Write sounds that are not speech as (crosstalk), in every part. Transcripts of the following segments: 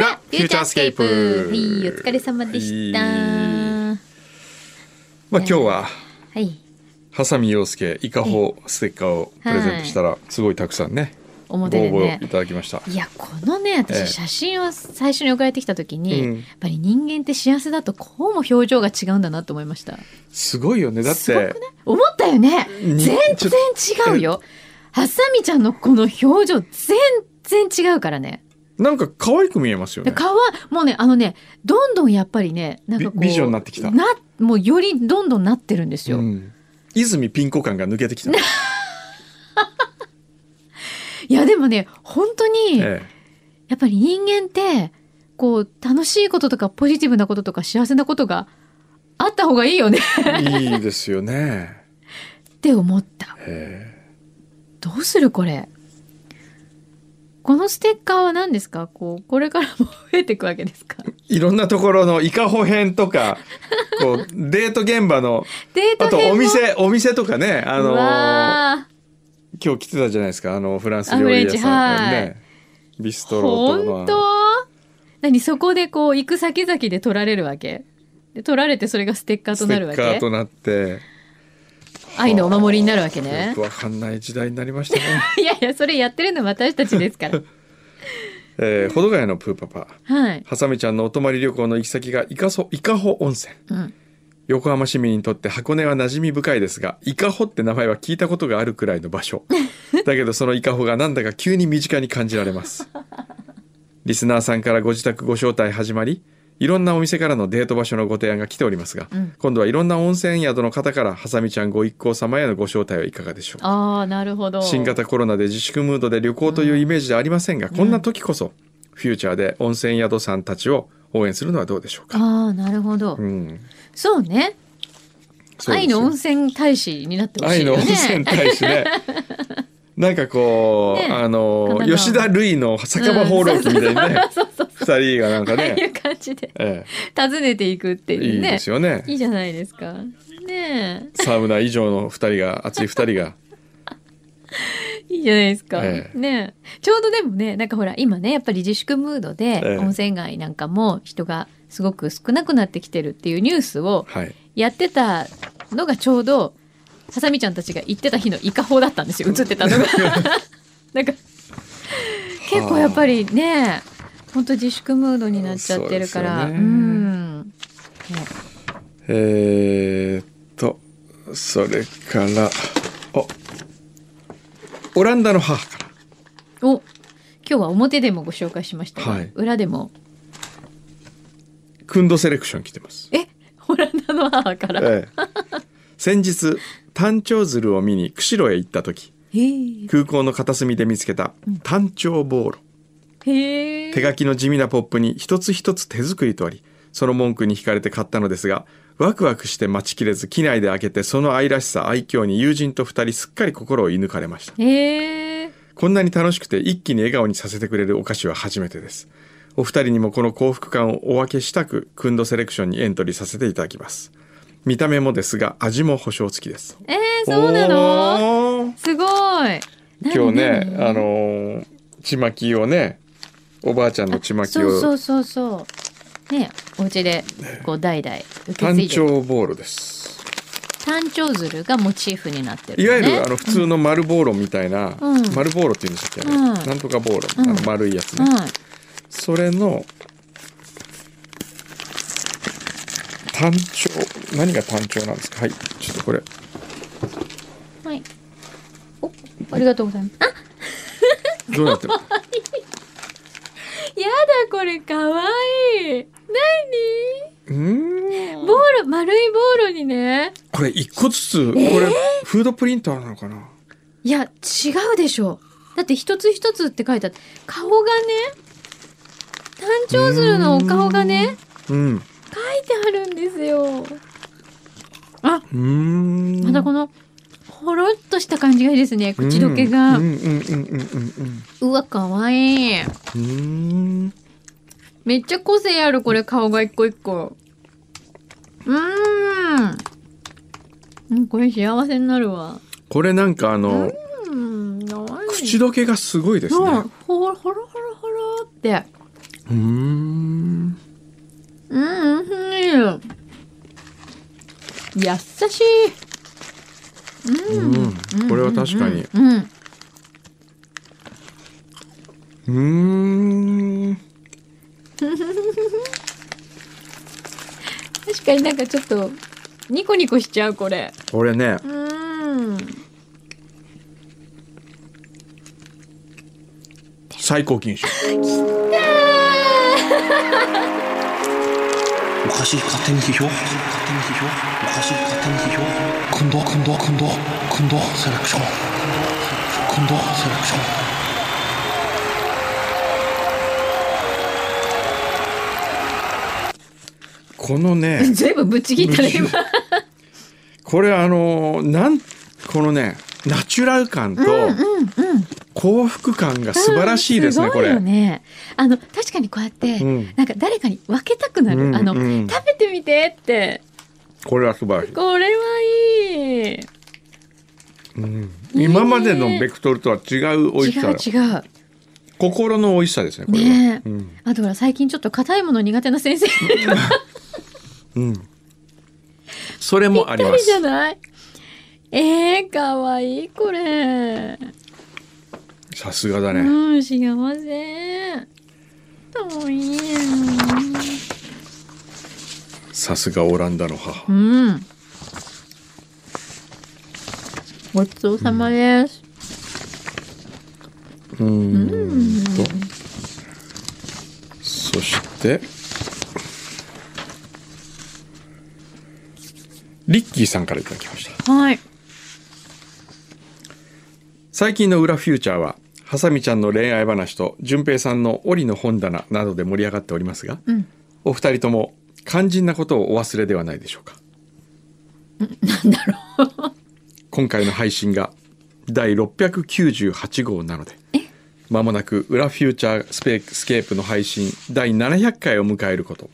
ースケープはい、お疲れ様でした。は、まあ、今日はいハサミ陽介イカホステッカーをプレゼントしたらすごいたくさんねおご応もでるね募い。ただきましたいや、このね、ええ私、写真を最初に送られてきたときに、うんやっぱり人間って幸せだと、こうも表情が違うんだなと思いました。すごいよねだっすごくなてい思ったよね。に全然違うよ。ハサミちゃんのこの表情、全然違うからね。なんか可愛く見えますよでねかわもうね、あのね、どんどんやっぱりね、なんかこう。び美女になってきたな、もうよりどんどんなってるんですよ。うん泉ピン子感が抜けてきた、いや、でもね、本当に、ええやっぱり人間って、こう、楽しいこととか、ポジティブなこととか、幸せなことがあ (laughs) った方がいいよねいいですよね。って思った。えどうするこれ。このステッカーは何ですかこう、これからも増えていくわけですかーいろんなところのイカホ編とか、こ (laughs) う、デート現場の、 (laughs) デーあトと編もお店、お店とかね、あのうーわ今日来てたじゃないですか、あの、フランス料理屋あフレンさん。チはいね、ビスートロー本との。当何そこでこう、行く先々で取られるわけで取られてそれがステッカーとステなるわッカけーとなって。愛のお守りになるわけねよく。わかんない時代になりましたね。 (laughs) (laughs) いやいや、それやってるの私たちですから。えー、ほどがやのプーパパ。はい。はさみちゃんのお泊まり旅行の行き先がイカソ、イカホ温泉。うん。横浜市民にとって箱根は馴染み深いですがイカホって名前は聞いたことがあるくらいの (laughs) 場所だけどそのイカホがなんだか急に身近に感じられますリスナーさんからご自宅ご招待始まりいろんなお店からのデート場所のご提案が来ておりますが、うん今度はいろんな温泉宿の方からハサミちゃんご一行様へのご招待はいかがでしょうかああ、なるほど。新型コロナで自粛ムードで旅行というイメージではありませんが、こんな時こそフューチャーで温泉宿さんたちを応援するのはどうでしょうか、ああ、なるほど。うん、そうね。そうです愛よの温泉大使になってほし愛いのよ温ね。泉大使ね。なんかこう、ねあの神吉奈田川類の酒場放浪記みたいにね、 (laughs) そうそう二、人がなんかああい (laughs) ね、う感じでえ訪ねていくってえいいういね。ですよね。いいじゃないですか。ねサウナ以上の二人が熱い二人が、え、いいじゃないですか。ええねえ、ちょうどでもね、なんかほら今ね、やっぱり自粛ムードで、ええ温泉街なんかも人がすごく少なくなってきてるっていうニュースをはい。やってたのがちょうどハサミちゃんたちが行ってた日のイカ法だったんですよ映ってたの (laughs) がなんか結構やっぱりね本当自粛ムードになっちゃってるからそうう,、ですよねん、ねえー、っとそれから、おオランダの母から。お今日は表でもご紹介しましたが、はい裏でもクンドセレクション来てます。え (laughs) オランダの母から、ええ、先日タンチョウズルを見に釧路へ行った時、へえ空港の片隅で見つけた単調ボーロへえ手書きの地味なポップに一つ一つ手作りとありその文句に惹かれて買ったのですがワクワクして待ちきれず機内で開けてその愛らしさ愛嬌に友人と二人すっかり心を射抜かれましたへえこんなに楽しくて一気に笑顔にさせてくれるお菓子は初めてですお二人にもこの幸福感をお分けしたくクンドセレクションにエントリーさせていただきます見た目もですが味も保証付きですえー、そうなのおーすごい今日ね、あ何何のーちまきをね、おばあちゃんのちまきそうそをうそうそうねお家でこう代々受け単継いで調ボールです。単調鶴がモチーフになってるいのわね、ゆるあの普通の丸ボーロみたいな、うん丸ボーロって言うんでしたっけ、あれうんなんとかボーロ、うんあの丸いやつね、それの単調何が単調なんですか。はい、ちょっとこれうんはいおありがとうございますあど (laughs) うなってる。やだこれかわいいうん何ボール丸いボールにねこれ一個ずつ、これフードプリンターなのかな。いや違うでしょだって一つ一つって書いてあって顔がね単調鶴のお顔がねうん。う書いてあるんですよーん。またこのほろっとした感じがいいですね口どけが、うんうんうんうんうんうんうわかわいいうーんめっちゃ個性あるこれ顔が一個一個うーんうんこれ幸せになるわこれなんかあのうんかわいい口どけがすごいですうねん。ほろほろほろほろってううーんうん、うん、優しい。うん、うんこれは確かにうん、うんうーん確かになんかちょっとニコニコしちゃうこれ。これねうん、最高金賞おかしい勝手に批評おかしい勝手に批評おかしい勝手に批評今度今度今度今度セレクション今度セレクションこ (laughs) のねずいぶんぶっちぎったね今。これあのーなんこのねナチュラル感と幸福感が素晴らしいですね、うんこれ。ごいよね。あの確かにこうやって、うんなんか誰かに分けたくなる。うんあの、うん食べてみてって。これは素晴らしい、これはいい。うんね今までのベクトルとは違う美味しさ違う違う。心の美味しさですねこれは、ねえうんあとほら最近ちょっと硬いもの苦手な先生うんそれぴもあっりたまりじゃすないえー、かわいいこれ。さすがだね、うん、幸せ。かわいい。さすがオランダの母、うん。ごちそうさまです。うーんとそしてリッキーさんからいただきましたはい。最近の裏フューチャーはハサミちゃんの恋愛話と淳平さんの折の本棚などで盛り上がっておりますが、うんお二人とも肝心なことをお忘れではないでしょうかなんだろう。今回の配信が第698号なのでまもなく裏フューチャースペスケープの配信第700回を迎えること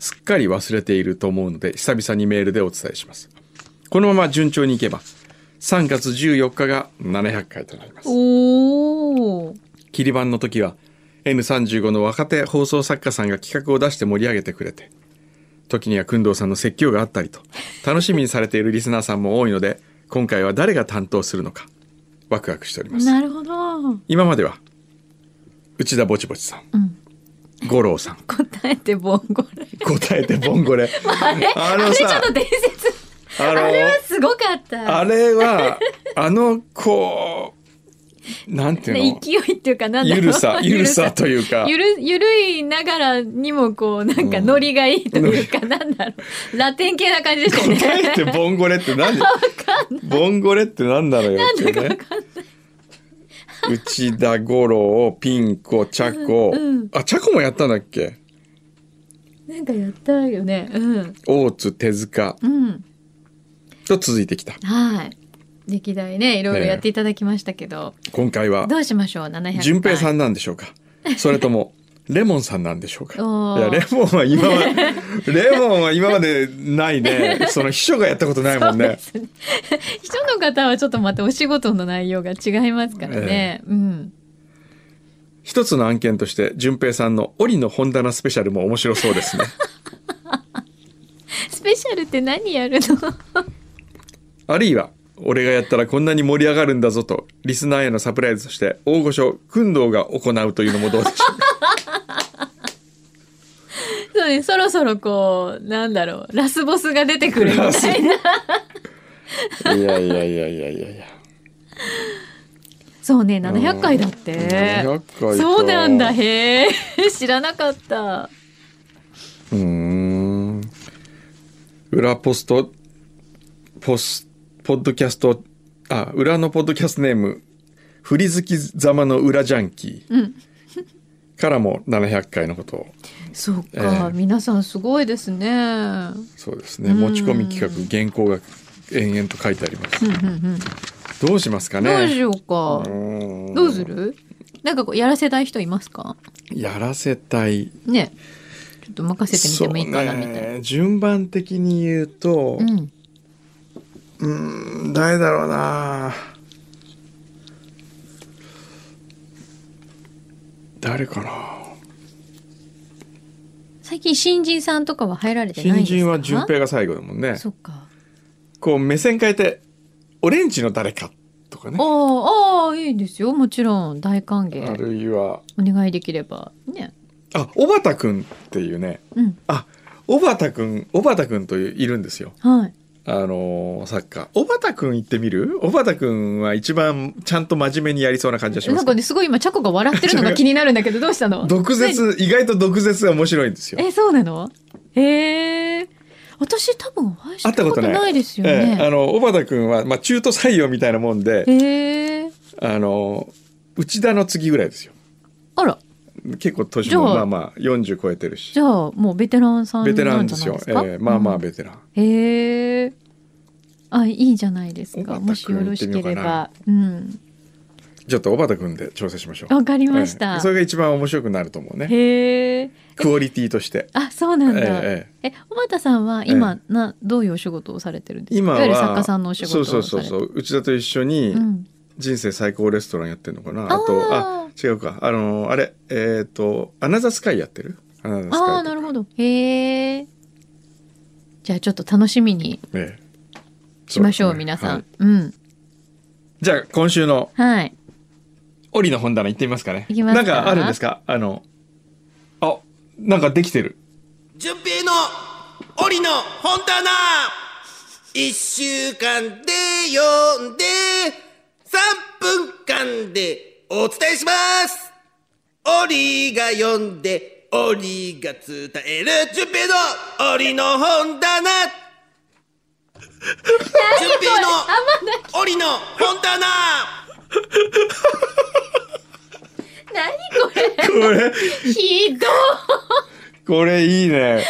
すっかり忘れていると思うので久々にメールでお伝えしますこのまま順調にいけば3月14日が700回となりますおお。切り板の時は N35 の若手放送作家さんが企画を出して盛り上げてくれて時には工藤さんの説教があったりと楽しみにされているリスナーさんも多いので今回は誰が担当するのかワクワクしておりますなるほど。今までは内田ぼちぼちさん、ん五郎さん答えてボンゴレ。答えてボン (laughs) ゴレあれああのれちさょっと伝説。あのあれはすごかった。あれはあのこうなんていうねの勢いっていうかなんだろゆうる (laughs) さゆるさというかゆるゆるいながらにもこうなんかうんノリがいいというか、なんだろうラテン系な感じでしたよ答えね。てボンゴレっ (laughs) て何ボンゴレって何なのよっていうね内田五郎ピンコチャコ、うんうんあチャコもやったんだっけ (laughs) なんかやったよね。うん大津手塚うんと続いてきたはい。歴代ねいろいろやっていただきましたけど、今回はどうしましょう700回。順平さん。んなんでしょうかそれともレモンさんなんでしょうかいおーやレモンは今ま (laughs) でレモンは今までないねその秘書がやったことないもんね (laughs) 秘書の方はちょっとまたお仕事の内容が違いますからね。うん。一つの案件として順平さんの「檻の本棚スペシャル」も面白そうですねスペシャルって何やるの？あるいは俺がやったらこんなに盛り上がるんだぞとリスナーへのサプライズとして大御所訓導が行うというのもどうでしょうかそうねそろそろこうなんだろうラスボスが出てくるみたラスいな。いやいやいやいやいやいやそうね、700回だって。 700回かそうなんだ、へえ、 (laughs) 知らなかった。うーん裏ポストポスポッドキャストあ裏のポッドキャストネーム「振り好きざまの裏ジャンキー」からも700回のことをそうか、ええ皆さんすごいですね。そうですね持ち込み企画原稿が延々と書いてあります、どうしますかねどうしようか。うーんどうするなんかこう、やらせたい人いますかやらせたいね。ちょっと任せてみてもいいかな、そうみねたいな。順番的に言うと、うん。うん誰だろうな誰かな最近新人さんとかは入られてないん新ですか人は順平が最後だもんねそっかこう目線変えてオレンジの誰かとかねああいいですよもちろん大歓あ迎るいはお願いできればねあ小畑くんっていうねうんあ小畑くん小畑くんといういるんですよはいあのーサッカー小畑くん行ってみる小畑くんは一番ちゃんと真面目にやりそうな感じがしまなすんかけどねすごい今チャコが笑ってるのが気になるんだけどどうしたの毒舌意外と毒舌が面白いんですよえそうなのへえ私多分お会いし会ったたここととないないですよええあねの小畑くんは、まあ、中途採用みたいなもんで、へえあの内田の次ぐらいですよあら結構年じゃもあまあまあ40超えてるしじゃあもうベテランさんなベんじテゃラないンでですすかよええまあまあうんベテラン、へえあいいじゃないです小か畑もしよろしければうんちょっと小畑くんで調整しましょうわかりましええたそれが一番面白くなると思うねへえクオリティとしてあそうなんだ、えええ小畑さんは今、などういうお仕事をされてるんですか今いわゆるは作家さんのお仕事をさそれうてそうそうそう内田と一緒にうん人生最高レストランやってるのかな、ああーとあ違うかあのあれえっ、とアナザースカイやってるアナザースカイああなるほどへえじゃあちょっと楽しみにええしましょうそうですね皆さん、はいうんじゃあ今週のはいオリの本棚行ってみますかね。行きますかなんかあるんですかあの、あ、なんかできてる。純平の檻の本棚一週間で読んで三分間でお伝えします檻が読んで檻が伝える純平の檻の本棚純平の檻の本棚何これこれ、ひどいこれいいね。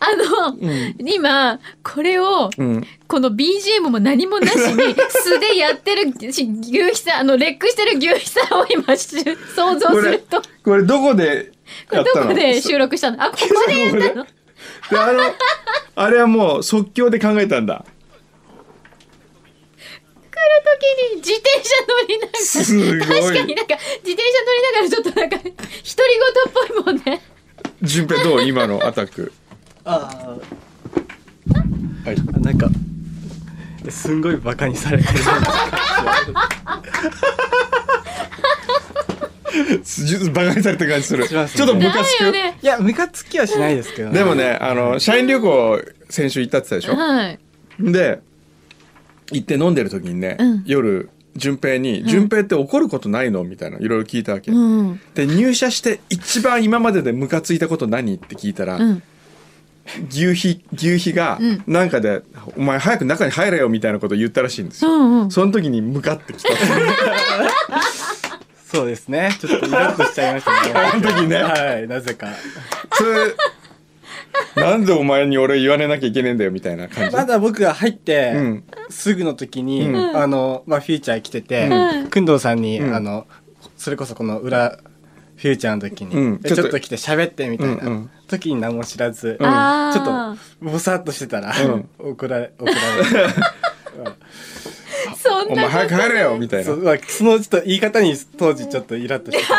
あの、今これを、うん。この BGM も何もなしに素でやってるし牛久あのレックしてる牛久を今し想像こすれるとこ、これどこでやれっどたのこで収録したの (laughs) あここでやったのであの、あれはもう即興で考えたんだ。時に自転車乗りながらすごい確かになんか自転車乗りながらちょっとなんか独り言っぽいもんね順平どう今のアタック。あはい。あなんかすんごいバカにされてる (laughs) すバカにされた感じする。しますねちょっとムカつだよく。ねいやムカつきはしないですけど、でもね、あの、社員旅行先週行ったって言ったでしょはいで行って飲んでる時にね、うん夜順平に「順平って怒ることないの?」みたいないろいろ聞いたわけ、うんで入社して一番今まででムカついたこと何って聞いたら、うん牛皮牛皮がうんなんかで、お前早く中に入れよ」みたいなことを言ったらしいんですうよ、んうんその時にムカってきた (laughs) そうですねちょっとイラッとしちゃい (laughs) ましたねあの時ねはいなぜかそれなんでお前に俺言われなきゃいけねえんだよみたいな感じ、まだ僕が入って、うんすぐの時に、うあのまあフューチャー来てて、うんくんどうさんに、うんあのそれこそこの裏フューチャーの時に、うんえちょっちとょっと来て喋ってみたいな、うんうん時に何も知らず、んあちょあっとぼさっとしてたら、うん (laughs) 怒られ怒られるそおん前な早く入れよみたいそなうまあそのちょっと言い方に当時ちょっとイラッとし (laughs) てた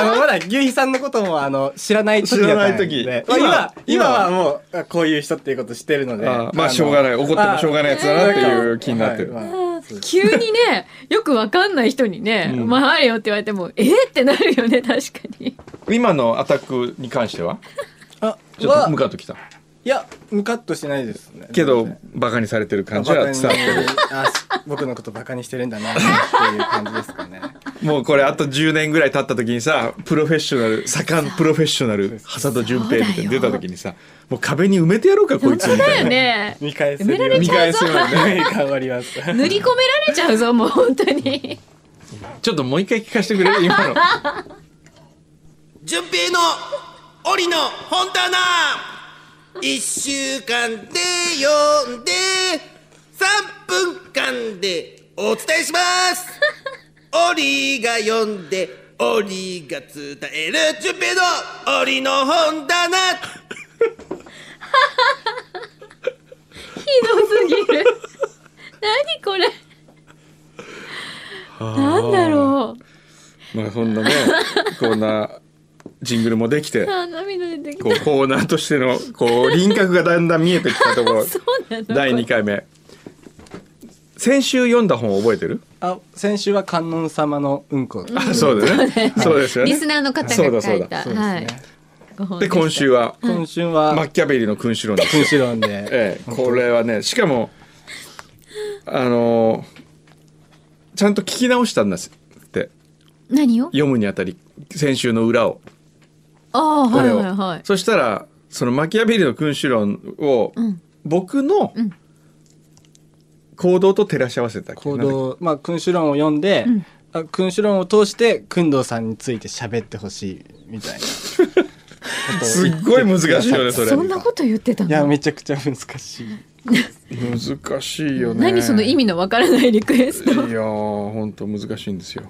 あのまだ牛肥さんのこともあの知らない時だったんで知らない時まあ今今今はもうあこういう人っていうことしてるのであーまあしょうがない怒ってもしょうがないやつだなっていう気になってる、はいまあ急にねよくわかんない人にね「お前入れよ」って言われても「えっ?」ってなるよね確かに今のアタックに関してはあちょっとはムカっときたいやムカッとしないですねけど全然バカにされてる感じは伝わってるバカにあし僕のことバカにしてるんだなっていう感じです (laughs) かねもうこれあと10年ぐらい経った時にさプロフェッショナル盛んプロフェッショナル浅田純平みたいに出た時にさもう壁に埋めてやろうかこい本つみ当ただいよな、ね見返せるよう見に返すようにね頑張り (laughs) ます塗り込められちゃうぞもう本当にちょっともう一回聞かせてくれる今の純平の檻の本棚一週間で読んで三分間でお伝えします檻が読んで檻が伝える純平の檻の本棚ひどすぎる。何これ。なんだろう。まあそんなねこんなジングルもできてあー、涙出てきた。こうコーナーとしてのこう輪郭がだんだん見えてきたところなの第2回目先週読んだ本覚えてる、あ先週は観音様のうんこ、あそうだよねそうですよねリスナーの方そうだがそ書ういだたそうはいご本でで今週は今週マはッキャベリの君主論です君主論でええ、これはねしかもあのーちゃんと聞き直したんですって何を読むにあたり先週の裏をああこはいれを、はいはいそしたらそのマキアベリの君主論を、ん僕のん行動と照らし合わせたっけ行なんだっ動まあ君主論を読んで、んあ君主論を通して君堂さんについて喋ってほしいみ (laughs) たいなけすっごい難しいよねそれそんなこと言ってたいやのめちゃくちゃ難しい難しいよね何その意味のわからないリクエスいやトー本当難しいんですよ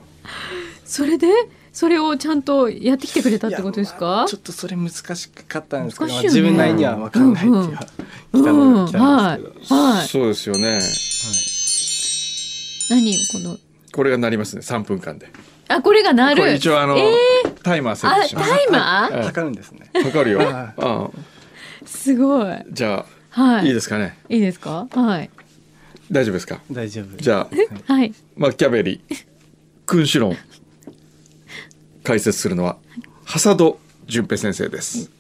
それでそれをちゃんとやってきてくれたってことですいやまかあちょっとそれ難しかったんですけど、難しいよね自分なりには分かんないっていう、うんうん来たうんの来たはんですけど、いはいそうですよね何よこのこれが鳴りますね3分間であこれが鳴これる一応あの、えータイマー設あ定しますタイマーはい測るんですねわかるよああすごいじゃあ、、はいいいですかねいいですかはい大丈夫ですか大丈夫じゃあはいマキャベリ君主論解説するのはハ戸ド淳平先生です、えー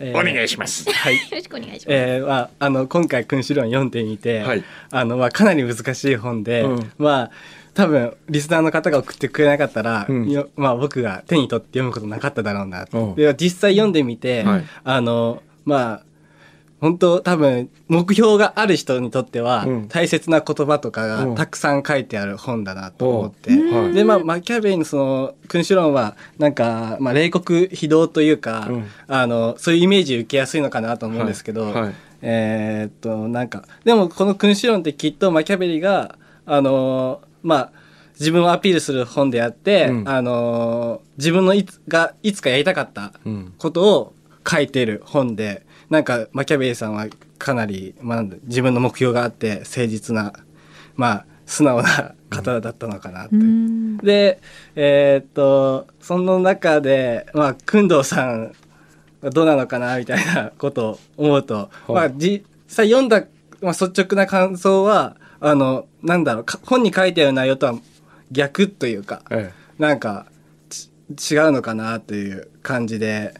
お願いしますはいよろしくお願いしますえーまあ、あの今回「君主論」読んでみて、はいあのまあ、かなり難しい本で、うんまあ多分リスナーの方が送ってくれなかったら、うんよまあ、僕が手に取って読むことなかっただろうなおうで実際読んでみて、はいあのまあ本当多分目標がある人にとっては、うん大切な言葉とかうんがたくさん書いてある本だなと思って、おうはいでまあマキャベリのその君主論はなんか、まあ、冷酷非道というか、うんあのそういうイメージ受けやすいのかなと思うんですけど、はいはいえーっとなんかでもこの「君主論」ってきっとマキャベリがあのーまあ自分をアピールする本であって、うんあのー自分のいつがいつかやりたかったうんことを書いてる本でなんかマキャベリさんはかなり、まあ、自分の目標があって誠実なまあ素直な方だったのかなってうーんでえーっとその中でまあ工藤さんはどうなのかなみたいな (laughs) ことを思うと、まはいあ、実際読んだ、まあ、率直な感想はあのなんだろうか本に書いてある内容とは逆というか、えなんかち違うのかなという感じで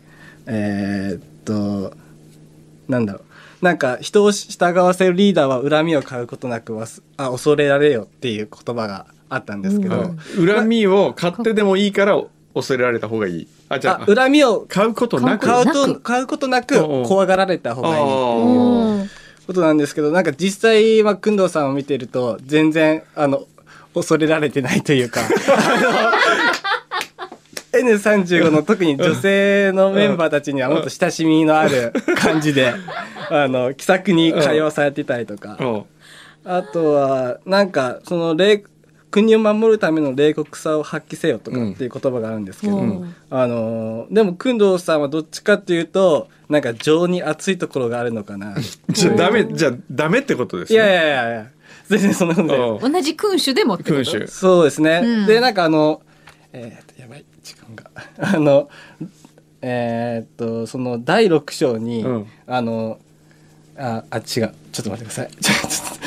えーっとなんだろうなんか人を従わせるリーダーは恨みを買うことなくわすあ恐れられよっていう言葉があったんですけえど、うんはい恨みを買ってでもいいから恐れられた方がいいあじゃああ恨みを買うことなく買買うこうとなとく買うことなくおうおう怖がられた方がいいっていうおーおーことなんですけどなんか実際は工藤さんを見てると全然あの恐れられてないとい (laughs) うかあの N35 の特に女性のメンバーたちにはもっと親しみのある感じであの気さくに会話されてたりとかおうあとはなんかその冷国を守るための冷酷さを発揮せよとかっていう言葉があるんですけど、うんあのーでも工藤さんはどっちかっていうとなんか情に熱いところがあるのかなじゃあダメじゃあダメってことですいねやいやいやいや全然そんなことないおう同じ君主でもってこと君主そうですね。うんで、なんかあの、えー、と、やばい、時間が。 (laughs) あの、えー、っと、その第6章に、うんあの、あ、あ、違う。ちょっと待ってください。 (laughs) ちょっと、ちょっと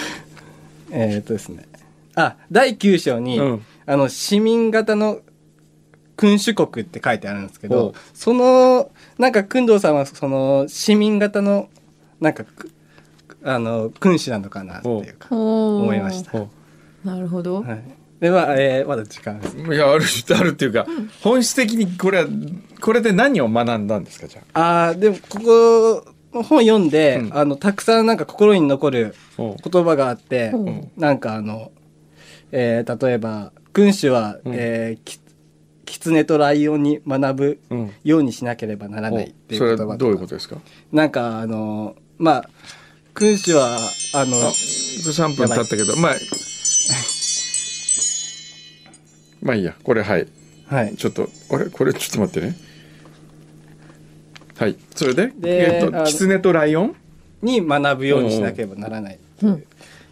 えー、っとですね。あ、第9章に、うんあの、市民型の君主国って書いてあるんですけおうど、その、なんか、工藤さんは、その、市民型の、なんか、くあの、君主なのかなっていうか、思思いました。おうなるほど、はい、では、まあえーまだ時間です。いやあるあるっていうか、本質的にこれはこれで何を学んだんですかじゃあーでもここ本読んで、うんあのたくさんなんか心に残るあおう言葉があって、うんなんかあの、えー例えば君主は、うんえーき狐とライオンに学ぶうんようにしなければならないっていそれう言は葉どういうこととですかなんかあのまあ君主はあのあ3分経ったけどまあ (laughs) まあいいやこれはいはいちょっとあれこれちょっと待ってねはいそれででえっあとのキツネとライオンに学ぶようにしなければならないっていう。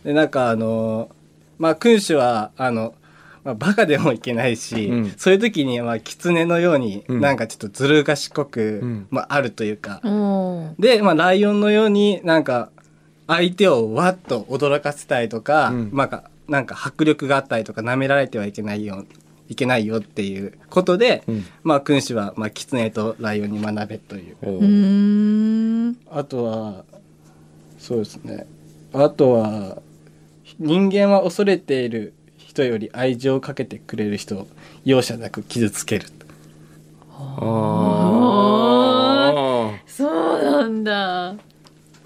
でなんかあのまあ君主はあのまあ、バカでもいけないし、うんそういう時にまあ狐のようにうんなんかちょっとずる賢く、うんまあ、あるというか、おーで、まあ、ライオンのようになんか相手をわっと驚かせたいとか、うんまあ、なんか迫力があったりとか舐められてはいけないよいけないよっていうことで、うんまあ、君主はまあ狐とライオンに学べという。おうーんあとはそうですねあとは人間は恐れている人より愛情をかけてくれる人を容赦なく傷つけるあーそうなんだ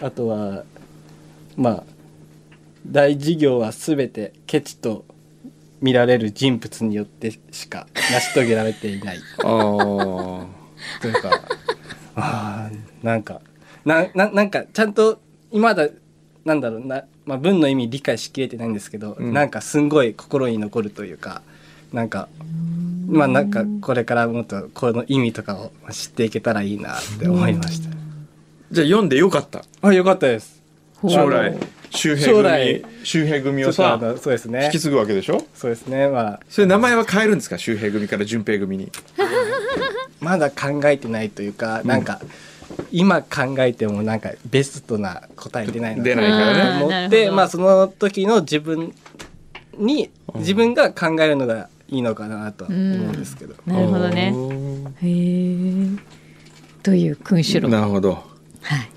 あとはまあ大事業は全てケチと見られる人物によってしか成し遂げられていないあ (laughs) ーというかあーなんかなななんかちゃんと今だなんだろうな、まあ、文の意味理解しきれてないんですけど、うんなんかすんごい心に残るというかなんかまあなんかこれからもっとこの意味とかを知っていけたらいいなって思いました。じゃあ読んでよかったあよかったです。将来周将平組来周平組ちょをっとあさのそうですね引き継ぐわけでしょそうですねまあそれ名前は変えるんですか周平組から順平組にまだ考えてないというか、なんか今考えてもなんかベストな答え出ないな出ないからあーねなと思るっほてどまあその時の自分に自分が考えるのがいいのかなとは思うんですけど、なるほどねへえという君主論なるほどはい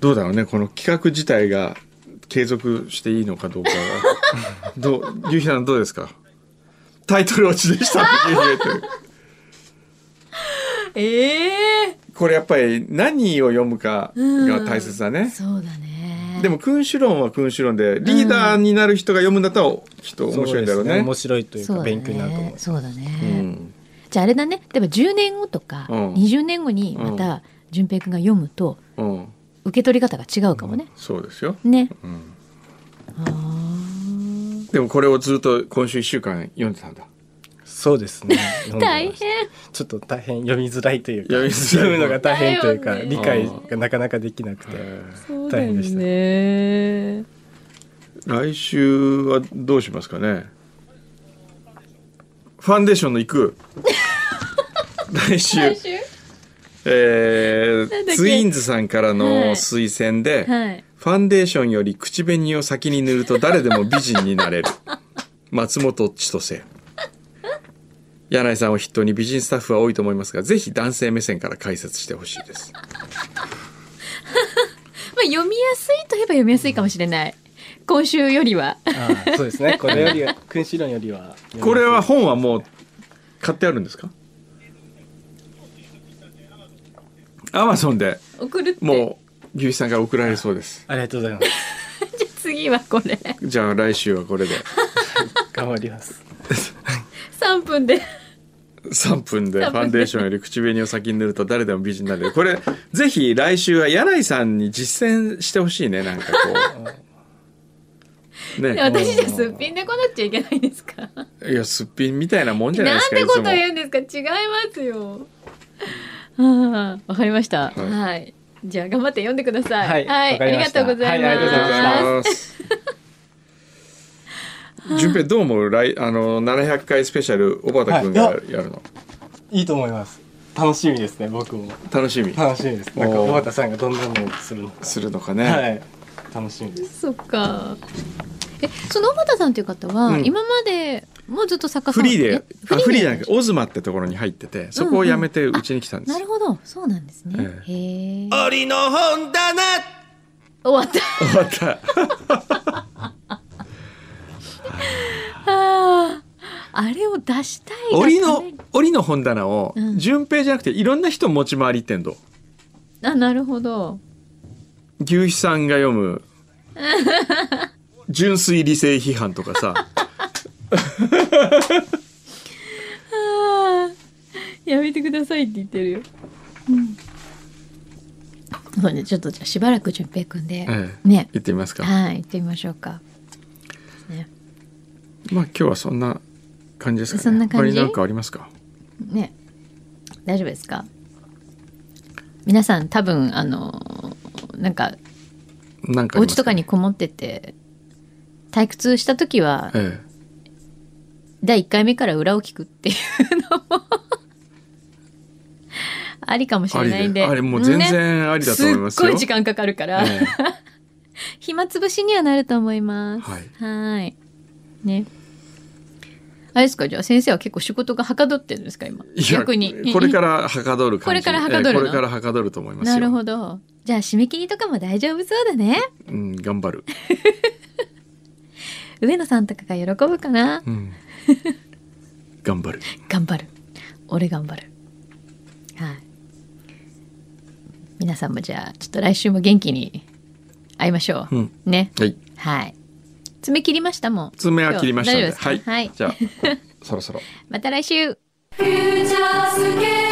どうだろうねこの企画自体が継続していいのかどうかは (laughs) どうゆうひさんどうですかタイトル落ちでした (laughs) ゆうひというええこれやっぱり何を読むかが大切だね、そうだねでも君主論は君主論でリーダーになる人が読むんだったらきっと面白いんだろうそですね。面白いというそうかだね勉強になると思うそうだね、うんじゃああれだねでも10年後とかうん20年後にまた淳平くんが読むとうん、受け取り方が違うかもね、そうですよ。ねうん、あーでもこれをずっと今週一週間読んでたんだ。そうですね読んでま大し変たちょっと大変読みづらいというか読みづらい読むのが大変というか、だよね理解がなかなかできなくて、そうだだよね大変でしたね来週はどうしますかね。ファンデーションの行 (laughs) く。来週、えなんだー、っけツインズさんからはいの推薦で、はいファンデーションより口紅を先に塗ると誰でも美人に (laughs) なれる。松本千歳。柳井さんを筆頭に美人スタッフは多いと思いますが、ぜひ男性目線から解説してほしいです。まあ読みやすいといえば読みやすいかもしれない今週よりはああそうですねこれよりは君子論よりはこれは本はもう買ってあるんですかアマゾンで送るってもう牛一さんから送られるそうです。ありがとうございます (laughs) じゃあ次はこれじゃあ来週は (laughs) これで頑張ります3分で3分でファンデーションより口紅を先に塗ると誰でも美人になれる。これぜひ来週は柳井さんに実践してほしいね。なんかこ (laughs) う。ね。私じゃすっぴんでこなくちゃいけないんですかいや、すっぴんみたいなもんじゃないなでんすか、ていこつとも。言うんですか違いますよ。ああわかりました。ははいい。じゃあ頑張って読んでください。はいわあかりりまがしたとうございはいありまがとうございす。 (laughs) す。順平どう思う来あの700回スペシャル小畑君がやはいるやるのいいと思います楽しみですね僕も楽しみ楽しみですなんかおー小畑さんがどんなのをするのかするのかね、はい楽しみですそっか。え、その小畑さんという方は、うん今までもうずっと作家さフんリーでえあフリーじゃなくでてオズマってところに入っててそこを辞めてうちに来たんですなるよ、ほど、そうなんですね。えへえ。檻の本棚終わ (laughs) った。終わったああ、あれを出したいがために檻の檻の本棚をうん順平じゃなくていろんな人持ち回りってんどあ、なるほど。牛肥さんが読む純粋理性批判とかさあー (laughs) やめてくださいって言ってるよ。うん。そうね、ちょっとじゃあしばらく淳平くんで、えね、行ってみますかはい、行ってみましょうか。ね、まあ今日はそんな感じですかね。そんな感じ他に何かありますか。ね、大丈夫ですか。皆さん多分あのなんかなんかおありま家すとかに。こもってて退屈した時はえ第1回目から裏を聞くっていうのもありかもしれないんでありでありもう全然ありだと思いますよねすっごい時間かかるから、ええ暇つぶしにはなると思いますはいーいねあれですかじゃあ先生は結構仕事がはかどってるんですか今いや逆にこれからはかどる感じこれからはかどるのええこれからはかどると思います (laughs) よなるほどじゃあ締め切りとかも大丈夫そうだねうん頑張る、上野さんとかが喜ぶかなうん、頑張る頑張る俺頑張るはい皆さんもじゃあちょっと来週も元気に会いましょう、うんねはいはい爪切りましたもん爪は切りました今ね日大丈夫ですかはい、はい、じゃあそろそろまた来週「フューチャースケープ」